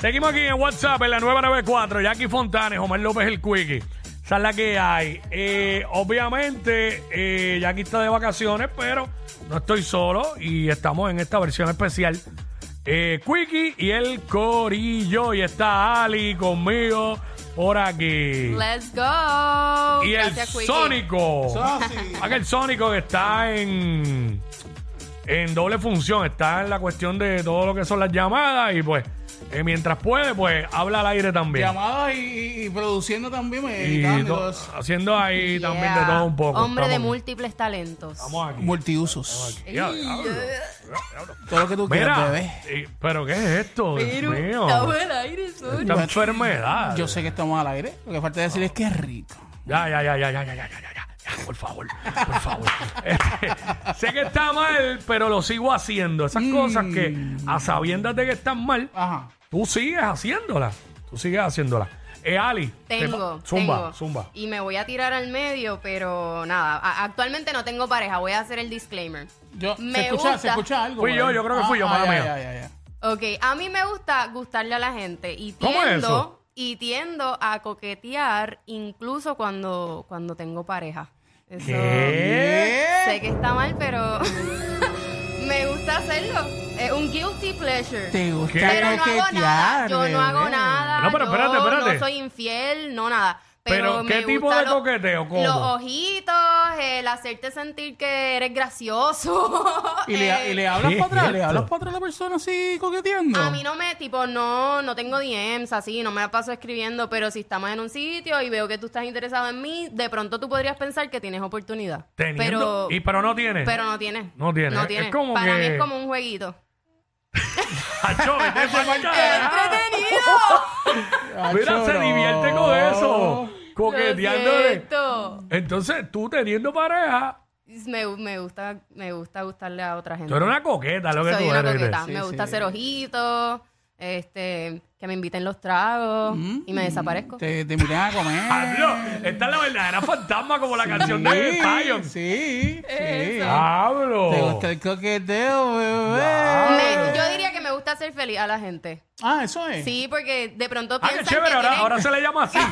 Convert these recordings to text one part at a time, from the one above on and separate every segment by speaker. Speaker 1: Seguimos aquí en WhatsApp en la 994, Jackie Fontanes, Omar López el Quickie. Esa es la que hay. Eh, obviamente, eh, Jackie está de vacaciones, pero no estoy solo y estamos en esta versión especial. Eh, Quickie y el Corillo. Y está Ali conmigo por aquí.
Speaker 2: Let's go.
Speaker 1: y
Speaker 2: Gracias,
Speaker 1: el
Speaker 2: Quickie.
Speaker 1: Sónico. Aquel Sónico que está en, en doble función, está en la cuestión de todo lo que son las llamadas y pues eh, mientras puede, pues habla al aire también.
Speaker 3: Llamadas y, y- y produciendo también, me
Speaker 1: Y
Speaker 3: editando y
Speaker 1: to-
Speaker 3: todo eso.
Speaker 1: haciendo ahí
Speaker 2: Yeah.
Speaker 1: también de todo un poco.
Speaker 2: Hombre de
Speaker 1: Estamos-
Speaker 2: múltiples talentos.
Speaker 1: Estamos aquí.
Speaker 3: multiusos.
Speaker 1: Ya, diablo.
Speaker 2: eh.
Speaker 3: Todo lo que tú quieras,
Speaker 1: Mira,
Speaker 3: bebé.
Speaker 1: eh, pero ¿qué es esto? Dios
Speaker 2: Pero
Speaker 1: mío.
Speaker 2: estaba en aire, Sónico.
Speaker 1: Esta enfermedad.
Speaker 3: Yo sé que estamos al aire. Lo que falta decir es que es rico.
Speaker 1: Ya, ya, ya, ya, ya, ya, ya, ya, ya, ya, ya, por favor, por favor. Este, sé que está mal, pero lo sigo haciendo. Esas cosas que a sabiendas de que están mal,
Speaker 3: Ajá.
Speaker 1: tú sigues haciéndolas. Tú sigues haciéndolas. Eh, Ali. te-
Speaker 2: Tengo,
Speaker 1: zumba,
Speaker 2: tengo.
Speaker 1: zumba.
Speaker 2: Y me voy a tirar al medio, pero nada. a- actualmente no tengo pareja. Voy a hacer el disclaimer.
Speaker 3: Yo,
Speaker 2: Me
Speaker 3: se, escucha, se
Speaker 2: gusta.
Speaker 3: escucha algo.
Speaker 1: Fui yo,
Speaker 3: ¿verdad?
Speaker 1: yo creo que fui yo,
Speaker 3: Ah,
Speaker 1: mala
Speaker 3: ya,
Speaker 1: mía.
Speaker 3: ya, ya, ya.
Speaker 2: Ok, a mí me gusta gustarle a la gente y
Speaker 1: ¿Cómo es eso?
Speaker 2: tiendo, y tiendo a coquetear incluso cuando, cuando tengo pareja. Eso
Speaker 1: ¿Qué?
Speaker 2: sé que está mal, pero me gusta hacerlo. Es un guilty pleasure.
Speaker 3: Te gusta
Speaker 1: ¿Qué?
Speaker 2: Pero no hago nada.
Speaker 3: coquetear,
Speaker 2: Yo no hago
Speaker 3: bebé.
Speaker 2: nada.
Speaker 1: No, pero
Speaker 2: yo
Speaker 1: espérate, espérate.
Speaker 2: No soy infiel, no nada.
Speaker 1: Pero,
Speaker 2: Pero, me
Speaker 1: ¿qué tipo
Speaker 2: gusta
Speaker 1: de
Speaker 2: lo-
Speaker 1: coqueteo? ¿Cómo?
Speaker 2: Los ojitos, el hacerte sentir que eres gracioso. Eh,
Speaker 3: ¿Y le,
Speaker 2: el-
Speaker 3: y le hablas
Speaker 1: ¿Qué
Speaker 3: para atrás?
Speaker 1: es
Speaker 3: ¿Le
Speaker 1: esto?
Speaker 3: hablas para atrás a la persona así coqueteando?
Speaker 2: A mí no me, tipo, no, no tengo DMs así, no me la paso escribiendo, pero si estamos en un sitio y veo que tú estás interesado en mí, de pronto tú podrías pensar que tienes oportunidad.
Speaker 1: Teniendo-
Speaker 2: pero,
Speaker 1: y, pero no tiene.
Speaker 2: pero no tienes.
Speaker 1: No tienes. Es como
Speaker 2: Para
Speaker 1: que-
Speaker 2: mí es como un jueguito.
Speaker 1: Acho, Ah, vete pa'l carajo.
Speaker 2: ¡Entretenido!
Speaker 3: Ay,
Speaker 1: Mira, se
Speaker 3: choro.
Speaker 1: divierte con eso.
Speaker 2: Lo
Speaker 1: Coqueteándole.
Speaker 2: siento.
Speaker 1: Entonces, tú teniendo pareja,
Speaker 2: Me, me gusta, me gusta gustarle a otra gente.
Speaker 1: tú eres una coqueta, lo que
Speaker 2: Soy
Speaker 1: tú
Speaker 2: una
Speaker 1: eres.
Speaker 2: coqueta.
Speaker 1: ¿viste?
Speaker 2: me
Speaker 3: Sí,
Speaker 2: gusta
Speaker 3: sí.
Speaker 2: hacer ojitos, este, que me inviten los tragos y me desaparezco.
Speaker 3: Mm. Te, te invitan a comer.
Speaker 1: Pablo, esta es la verdadera fantasma como la canción de Zion.
Speaker 3: Sí, sí. sí.
Speaker 1: Pablo.
Speaker 3: Te gusta el coqueteo, bebé.
Speaker 2: Me- yo diría que me gusta hacer feliz a la gente.
Speaker 3: Ah, eso es.
Speaker 2: Sí, porque de pronto
Speaker 1: Ah,
Speaker 2: piensan
Speaker 1: qué
Speaker 2: que
Speaker 1: chévere, ahora,
Speaker 2: tienen-
Speaker 1: ahora se le llama así.
Speaker 2: de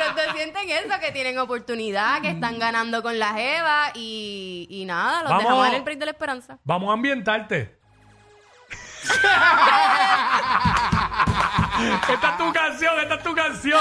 Speaker 2: pronto sienten eso, que tienen oportunidad, que
Speaker 1: Mm.
Speaker 2: están ganando con la jeva y, y nada, los
Speaker 1: Vamos.
Speaker 2: dejamos en el break de la esperanza.
Speaker 1: Vamos a ambientarte. esta es tu canción, esta es tu canción.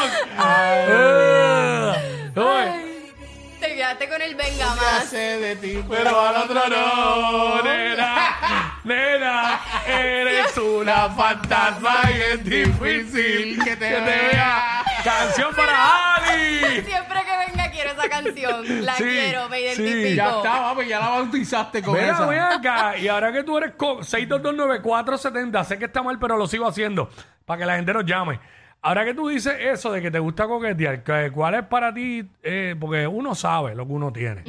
Speaker 1: Eh, oye,
Speaker 2: Te quedaste con el venga
Speaker 3: Ya
Speaker 2: más.
Speaker 3: sé de ti,
Speaker 1: pero al otro no, nena, nena, eres una fantasma y es difícil que te vea. Canción para Ali.
Speaker 2: Siempre que venga quiero esa canción, la
Speaker 1: Sí,
Speaker 2: quiero, me
Speaker 1: sí.
Speaker 2: identifico.
Speaker 3: Ya está, papi, ya la bautizaste con
Speaker 1: Mira,
Speaker 3: esa.
Speaker 1: ven acá. Y ahora que tú eres co- 6229470, sé que está mal, pero lo sigo haciendo para que la gente nos llame. Ahora que tú dices eso de que te gusta coquetear, que- ¿cuál es para ti? eh, porque uno sabe lo que uno tiene.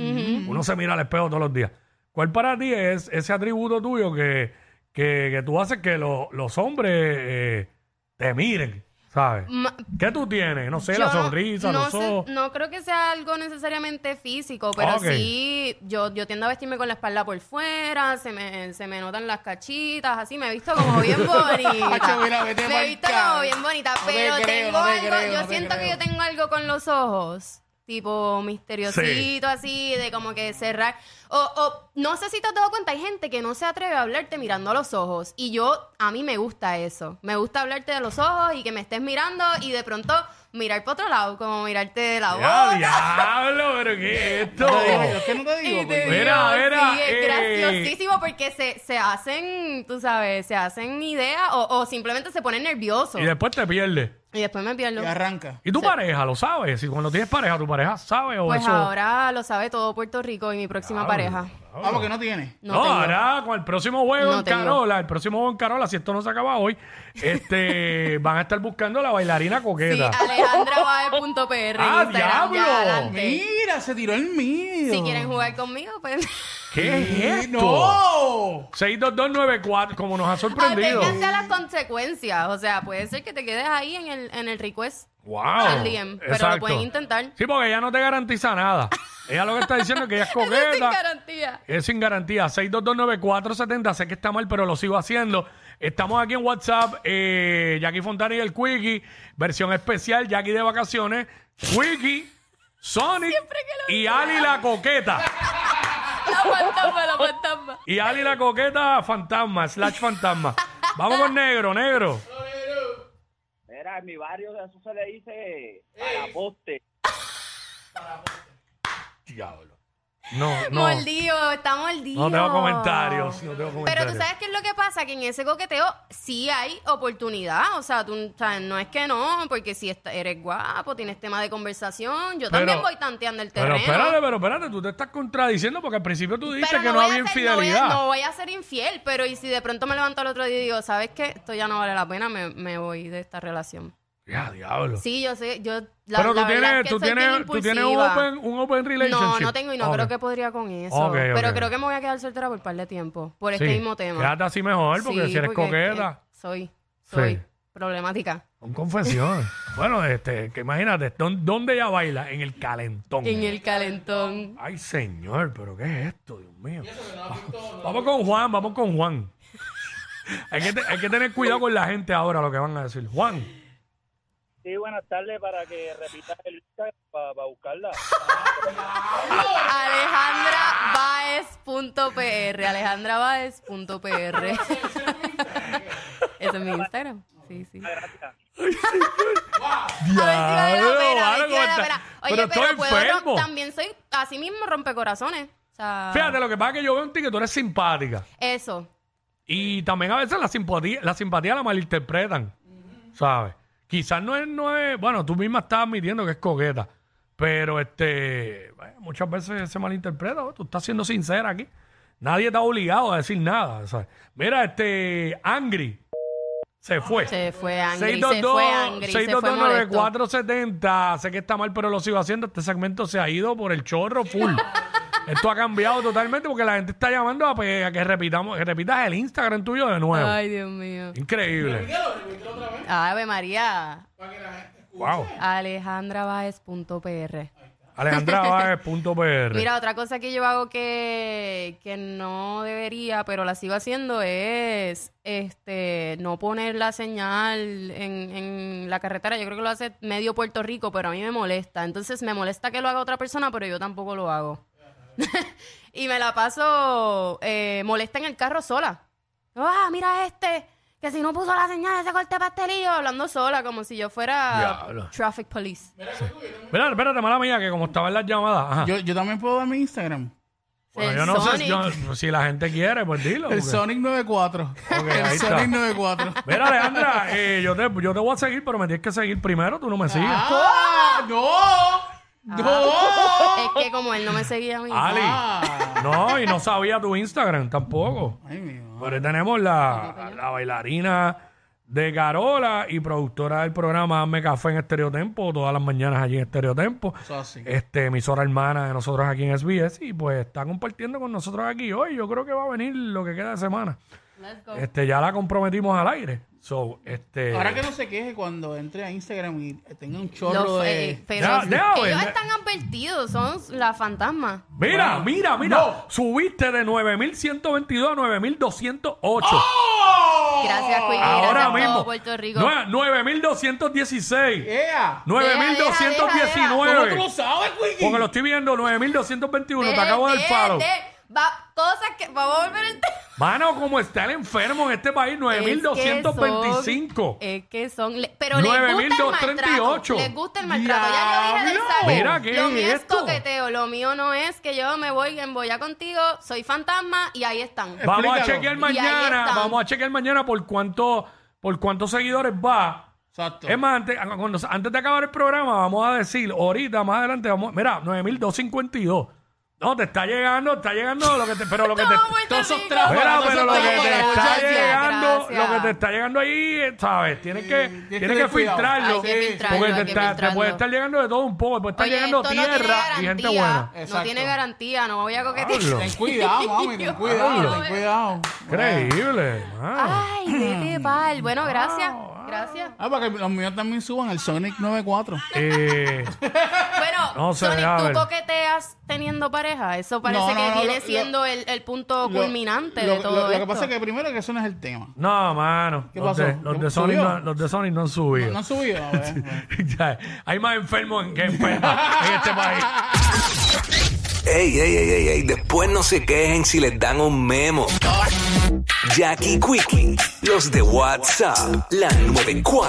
Speaker 1: Uno se mira al espejo todos los días. ¿Cuál para ti es ese atributo tuyo que, que, que tú haces que lo- los hombres eh, te miren? ¿Sabes?
Speaker 2: Ma-
Speaker 1: ¿Qué tú tienes? No sé,
Speaker 2: Yo
Speaker 1: la
Speaker 2: no-
Speaker 1: sonrisa,
Speaker 2: no
Speaker 1: los
Speaker 2: sé-
Speaker 1: ojos.
Speaker 2: no creo que sea algo necesariamente físico, pero
Speaker 1: Ok.
Speaker 2: sí, yo, yo tiendo a vestirme con la espalda por fuera, se me, se me notan las cachitas, así, me he visto como bien bonita.
Speaker 3: Hacho, mira,
Speaker 2: me
Speaker 3: vete
Speaker 2: he
Speaker 3: pa'l
Speaker 2: visto
Speaker 3: carajo.
Speaker 2: como bien bonita,
Speaker 3: No te
Speaker 2: pero
Speaker 3: creo,
Speaker 2: tengo
Speaker 3: no te
Speaker 2: algo,
Speaker 3: creo,
Speaker 2: yo
Speaker 3: no te
Speaker 2: siento que
Speaker 3: creo.
Speaker 2: yo tengo algo con los ojos. Tipo misteriosito,
Speaker 1: Sí.
Speaker 2: así, de como que cerrar. O, o no sé si te has dado cuenta, hay gente que no se atreve a hablarte mirando a los ojos. Y yo, a mí me gusta eso. Me gusta hablarte de los ojos y que me estés mirando y de pronto mirar para otro lado, como mirarte de la
Speaker 1: ¡Ya,
Speaker 2: boca.
Speaker 1: diablo! ¿Pero qué es esto?
Speaker 3: No te digo yo, es que no te
Speaker 2: Y
Speaker 3: digo.
Speaker 2: te
Speaker 3: pues.
Speaker 2: digo,
Speaker 1: Mira, mira,
Speaker 2: sí, es
Speaker 1: eh.
Speaker 2: graciosísimo porque se, se hacen, tú sabes, se hacen ideas o, o simplemente se ponen nerviosos.
Speaker 1: Y después te pierdes.
Speaker 2: Y después me pierdo.
Speaker 3: Y arranca.
Speaker 1: ¿Y tu pareja lo sabes? Si cuando tienes pareja, tu pareja sabe o
Speaker 2: Pues
Speaker 1: eso.
Speaker 2: ahora lo sabe todo Puerto Rico y mi próxima
Speaker 1: Diablo.
Speaker 2: pareja.
Speaker 3: Ah, porque no tiene.
Speaker 2: No
Speaker 1: No,
Speaker 2: tengo.
Speaker 1: ahora con el próximo juego
Speaker 2: No
Speaker 1: en
Speaker 2: tengo.
Speaker 1: Carola, el próximo juego en Carola, si esto no se acaba hoy, este van a estar buscando a la bailarina
Speaker 2: Sí,
Speaker 1: coqueta.
Speaker 2: alejandrabae.pr.
Speaker 1: ¡Ah,
Speaker 2: Instagram,
Speaker 1: diablo!
Speaker 2: ya, adelante.
Speaker 3: Mira, se tiró el mío.
Speaker 2: Si quieren jugar conmigo, pues.
Speaker 1: ¿Qué es
Speaker 3: Sí,
Speaker 1: esto?
Speaker 3: No.
Speaker 1: 62294, como nos ha sorprendido.
Speaker 2: Aténganse a las consecuencias. O sea, puede ser que te quedes ahí en el, en el request.
Speaker 1: Wow.
Speaker 2: Al DM, pero lo
Speaker 1: Exacto.
Speaker 2: pueden intentar.
Speaker 1: Sí, porque ella no te garantiza nada. ella lo que está diciendo es que ella es
Speaker 2: Eso es sin
Speaker 1: coqueta.
Speaker 2: garantía.
Speaker 1: Es sin garantía. 6229470. Sé que está mal, pero lo sigo haciendo. Estamos aquí en WhatsApp. Eh, Jackie Fontana y el Quickie. Versión especial. Jackie de vacaciones. Quickie. Sonic. Y Ali la coqueta.
Speaker 2: La fantasma, la fantasma.
Speaker 1: Y Ali la coqueta fantasma. Slash fantasma. Vamos con negro, negro.
Speaker 4: Mira, en mi barrio de eso se le dice para poste.
Speaker 1: No, no.
Speaker 2: Mordido, está mordido.
Speaker 1: No tengo comentarios. No tengo
Speaker 2: Pero
Speaker 1: comentarios.
Speaker 2: tú sabes qué es lo que pasa, que en ese coqueteo sí hay oportunidad, o sea, tú o sea, no es que no, porque si est- eres guapo, tienes tema de conversación, yo también
Speaker 1: Pero-
Speaker 2: voy tanteando el
Speaker 1: Pero
Speaker 2: terreno.
Speaker 1: espérate, pero espérate, tú te estás contradiciendo porque al principio tú dijiste
Speaker 2: Pero
Speaker 1: que no,
Speaker 2: voy a
Speaker 1: había
Speaker 2: ser- no voy a-
Speaker 1: infidelidad.
Speaker 2: No voy, a, ser infiel, pero y si de pronto me levanto al otro día y digo, ¿sabes qué? Esto ya no vale la pena, me, me voy de esta relación.
Speaker 1: Ya, diablo.
Speaker 2: Sí, yo sé, yo la,
Speaker 1: pero
Speaker 2: la
Speaker 1: tú
Speaker 2: verdad
Speaker 1: tienes,
Speaker 2: es que
Speaker 1: tú,
Speaker 2: soy bien
Speaker 1: tienes, tú tienes un
Speaker 2: impulsiva.
Speaker 1: open, un open
Speaker 2: No,
Speaker 1: relationship.
Speaker 2: no tengo y no
Speaker 1: Ok.
Speaker 2: creo que podría con eso.
Speaker 1: Ok, ok,
Speaker 2: pero
Speaker 1: ok.
Speaker 2: creo que me voy a quedar soltera por un par de tiempo, por este
Speaker 1: Sí,
Speaker 2: mismo tema.
Speaker 1: Quédate así mejor porque
Speaker 2: Sí,
Speaker 1: si eres
Speaker 2: porque,
Speaker 1: coqueta.
Speaker 2: eh, soy, soy
Speaker 1: Sí.
Speaker 2: problemática.
Speaker 1: Son confesiones. bueno, este, que imagínate, ¿dó- ¿dónde ella baila? En el calentón.
Speaker 2: En el calentón.
Speaker 1: Ay, señor, pero ¿qué es esto, Dios mío? vamos con Juan, vamos con Juan. hay, que te- hay que tener cuidado con la gente ahora, lo que van a decir. Juan.
Speaker 4: Sí, buenas tardes para que repitas el Instagram para buscarla.
Speaker 2: AlejandraBaez.pr. AlejandraBaez.pr. Ese es mi Instagram. Sí, sí. A ver si vale la pena, a ver si vale la pena. Oye,
Speaker 1: pero
Speaker 2: pero,
Speaker 1: estoy
Speaker 2: puedo rom-
Speaker 1: enfermo.
Speaker 2: también soy así mismo rompecorazones. O sea,
Speaker 1: Fíjate, lo que pasa es que yo veo en ti que tú eres simpática.
Speaker 2: Eso.
Speaker 1: Y también a veces la simpatía la, simpatía la malinterpretan, ¿sabes? Quizás no es, no es... Bueno, tú misma estás admitiendo que es coqueta. Pero, este... bueno, muchas veces se malinterpreta. ¿no? Tú estás siendo sincera aquí. Nadie está obligado a decir nada, ¿sabes? Mira, este... Angry. Se fue.
Speaker 2: Se fue angry, se fue angry, se fue molesto.
Speaker 1: 6229470. Sé que está mal, pero lo sigo haciendo. Este segmento se ha ido por el chorro full. Esto ha cambiado totalmente porque la gente está llamando a pe- a que, repitamos, que repitas el Instagram tuyo de nuevo.
Speaker 2: Ay, Dios mío.
Speaker 1: Increíble.
Speaker 2: Ave María.
Speaker 1: Wow.
Speaker 2: AlejandraBaez.pr.
Speaker 1: Alejandra Baez punto PR.
Speaker 2: Mira, otra cosa que yo hago que, que no debería, pero la sigo haciendo, es este no poner la señal en, en la carretera. Yo creo que lo hace medio Puerto Rico, pero a mí me molesta. Entonces me molesta que lo haga otra persona, pero yo tampoco lo hago. y me la paso eh, molesta en el carro sola. ¡Ah, mira este! Que si no puso la señal, ese corte pastelillo, hablando sola, como si yo fuera
Speaker 1: Diablo.
Speaker 2: traffic police.
Speaker 1: Mira, espérate, mala mía, que como estaba en las llamadas. ajá.
Speaker 3: Yo, yo también puedo dar mi Instagram.
Speaker 1: Bueno,
Speaker 2: El
Speaker 1: yo no sé
Speaker 2: Sonic.
Speaker 1: yo- si la gente quiere, pues dilo.
Speaker 3: El
Speaker 1: porque-
Speaker 3: Sonic 94.
Speaker 1: ahí
Speaker 3: el
Speaker 1: está.
Speaker 3: Sonic 94.
Speaker 1: Mira, Alejandra, eh, yo, te, yo te voy a seguir, pero me tienes que seguir primero, tú no me sigues.
Speaker 3: ¡Ah! ¡No! ¡No!
Speaker 2: Es que como él no me seguía a mí.
Speaker 1: Ali.
Speaker 3: Ah.
Speaker 1: No, y no sabía tu Instagram tampoco.
Speaker 3: Ay, mi madre.
Speaker 1: Pero ahí tenemos la, la bailarina de Carola y productora del programa Hazme Café en Estereotempo, todas las mañanas allí en Estereotempo.
Speaker 3: Eso así.
Speaker 1: Este, emisora hermana de nosotros aquí en SBS y pues está compartiendo con nosotros aquí hoy. Yo creo que va a venir lo que queda de semana. Este, ya la comprometimos al aire. So, este.
Speaker 3: Ahora que no se queje cuando entre a Instagram y tenga un chorro
Speaker 2: Los- eh,
Speaker 3: de...
Speaker 2: pero
Speaker 1: Ya, ya, güey,
Speaker 2: ellos
Speaker 1: ya.
Speaker 2: están advertidos, son las fantasmas.
Speaker 1: Mira,
Speaker 3: Bueno,
Speaker 1: mira, mira.
Speaker 3: no.
Speaker 1: Subiste de 9122 a 9208.
Speaker 3: Ah,
Speaker 2: Gracias, Quickie.
Speaker 3: ¡Oh!
Speaker 1: Ahora
Speaker 2: gracias a todo
Speaker 1: mismo.
Speaker 2: Puerto Rico.
Speaker 1: Nue- 9216.
Speaker 3: ¡Ea! ¿Cómo tú lo
Speaker 1: 9219.
Speaker 3: sabes,
Speaker 1: Porque
Speaker 3: Quickie?
Speaker 1: lo estoy viendo, 9221. Te
Speaker 2: Ve,
Speaker 1: acabo del
Speaker 2: ve,
Speaker 1: faro.
Speaker 2: ve. Va, cosas que. Vamos a volver el tema.
Speaker 1: Mano, como está el enfermo en este país,
Speaker 2: Es
Speaker 1: 9225.
Speaker 2: que son, es que son le- pero les gusta el
Speaker 1: 9,238.
Speaker 2: maltrato. Les gusta el maltrato. Ya lo dije del
Speaker 3: Diablo.
Speaker 2: salón.
Speaker 1: Mira, ¿qué
Speaker 2: Lo
Speaker 1: es
Speaker 2: mío es
Speaker 1: esto?
Speaker 2: coqueteo. Lo mío no es que yo me voy en boya contigo, soy fantasma y ahí están.
Speaker 1: Vamos a
Speaker 3: Explícalo.
Speaker 1: chequear
Speaker 2: Y ahí
Speaker 1: mañana,
Speaker 2: están.
Speaker 1: vamos a chequear mañana por cuánto por cuántos seguidores va.
Speaker 3: Exacto.
Speaker 1: Es más, antes, cuando- antes de acabar el programa, vamos a decir, ahorita, más adelante, vamos, mira, 9252. No, te está llegando, está llegando lo que te, pero lo que te,
Speaker 2: Todo Puerto
Speaker 3: todos esos
Speaker 2: Rico.
Speaker 3: trapos.
Speaker 1: Mira,
Speaker 3: Bueno,
Speaker 1: pero lo que
Speaker 3: entonces,
Speaker 1: te
Speaker 3: bueno,
Speaker 1: está
Speaker 3: gracias,
Speaker 1: llegando,
Speaker 2: gracias.
Speaker 1: lo que te está llegando ahí, eh, sabes, tienes que,
Speaker 3: tienes
Speaker 1: tienes
Speaker 3: que
Speaker 1: que
Speaker 3: tener cuidado.
Speaker 1: filtrarlo,
Speaker 2: Hay que
Speaker 1: eh,
Speaker 2: filtrarlo,
Speaker 1: porque
Speaker 2: hay
Speaker 1: te,
Speaker 2: que
Speaker 1: está- te
Speaker 2: filtrarlo.
Speaker 1: puede estar llegando de todo un poco, puede estar
Speaker 2: Oye,
Speaker 1: llegando
Speaker 2: esto no tiene
Speaker 1: tierra y gente buena.
Speaker 2: No
Speaker 3: Exacto.
Speaker 2: tiene garantía, no voy a coquetear.
Speaker 1: Pablo,
Speaker 3: Ten cuidado, mami, ten cuidado, ten cuidado.
Speaker 1: Increíble, mano.
Speaker 2: Ay, vete pal. Bueno, gracias. Gracias.
Speaker 3: Ah, para que los míos también suban el Sonic 94.
Speaker 1: Eh,
Speaker 2: Bueno,
Speaker 1: No sé, a
Speaker 2: Sonic, ¿tú
Speaker 1: ver.
Speaker 2: coqueteas teniendo pareja? Eso parece
Speaker 3: No, no,
Speaker 2: que
Speaker 3: no,
Speaker 2: viene
Speaker 3: lo-
Speaker 2: siendo el, el punto
Speaker 3: Lo-
Speaker 2: culminante
Speaker 3: lo,
Speaker 2: de todo
Speaker 3: lo- lo
Speaker 2: esto.
Speaker 3: que pasa es que primero que eso no es el tema.
Speaker 1: no, mano.
Speaker 3: ¿Qué
Speaker 1: los,
Speaker 3: pasó?
Speaker 1: De, los, de
Speaker 3: ¿Subió?
Speaker 1: Sony no, los de Sony no han subido.
Speaker 3: No han subido, a ver.
Speaker 1: Ya, Hay más enfermos en que enfermos en este país.
Speaker 5: Ey, ey, ey, ey, ey, después no se quejen si les dan un memo. Jackie Quickie, los de WhatsApp, la 94.